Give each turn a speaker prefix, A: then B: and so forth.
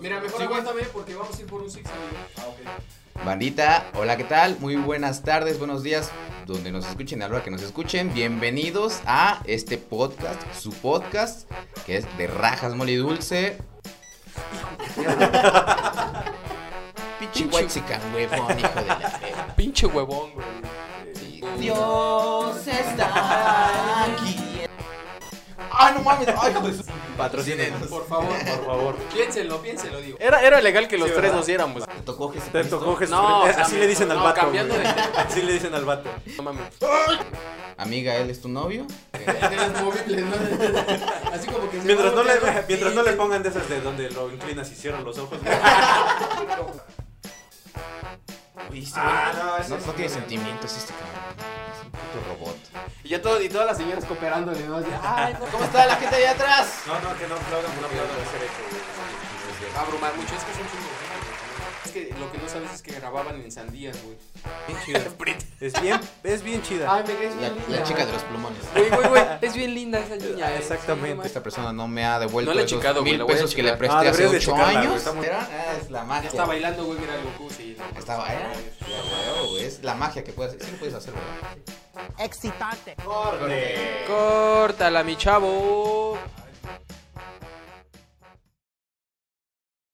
A: Mira, mejor
B: Sí, güey.
A: aguántame porque vamos a ir por un six. amigo.
B: Ah, ok.
C: Bandita, hola, ¿qué tal? Muy buenas tardes, buenos días, donde nos escuchen, a la hora que nos escuchen. Bienvenidos a este podcast, su podcast, que es de rajas mole y dulce. Pinche huachica, huevón, hijo de la fregada.
A: Pinche huevón, güey.
C: Sí.
D: Dios está aquí.
C: ¡Ah, no mames! ¡Ay, hijo de su-
A: Patrocínenos. Por favor,
B: Por favor.
A: piénselo, piénselo, digo.
E: Era, era legal que los
B: Sí,
E: tres
B: ¿verdad?
E: nos diéramos.
C: Te tocó que se
E: Te tocó Jesús.
B: No,
E: Eh,
B: o sea,
E: así le dicen al
B: no,
E: vato.
B: cambiando
E: güey.
B: de-
E: Así le dicen al vato.
A: No mames.
C: Amiga, ¿él es tu novio?
A: De los móviles, ¿no? Así como que. se
E: Mientras
A: va
E: no, le,
A: volteando.
E: mientras no
A: Sí,
E: le pongan de esas de donde lo inclinas y cierran los ojos. güey.
C: Uy, este güey
B: Ah, no, ese
C: No,
B: es-
C: no tiene sentimientos este cabrón. Es un puto robot.
A: Y, ya todo, y todas las señoras cooperándole, ¿no? Así, ay, no.
C: ¿Cómo está la gente allá atrás?
E: No, no, que no aplaudan, no aplaudan.
A: Va a abrumar mucho. Es que son chingos. Es que lo que no sabes es que grababan en sandías, güey.
E: Es bien, es bien chida.
A: Ay, me crees
C: La,
A: bien linda.
C: la chica de los plumones.
A: Güey, güey, güey. Es bien linda esa niña.
E: Ah,
A: eh.
E: exactamente.
C: Esta persona no me ha devuelto
A: No le he
C: esos
A: checado, güey,
C: mil
A: la voy a
C: pesos que
A: checar.
C: le presté
E: Ah,
C: hace
E: deberías de
C: 8
E: checarla,
C: años.
E: güey, está muy-
C: Era- ah, es la magia.
A: Ya está bailando, güey, mira Goku, sí. no. pues,
C: Está
E: ¿eh?
C: bailando. Ya, güey, güey, Es eh, la magia que puedes hacer. Sí lo puedes hacer, güey.
D: Excitante.
B: Corte.
A: Córtala, mi chavo.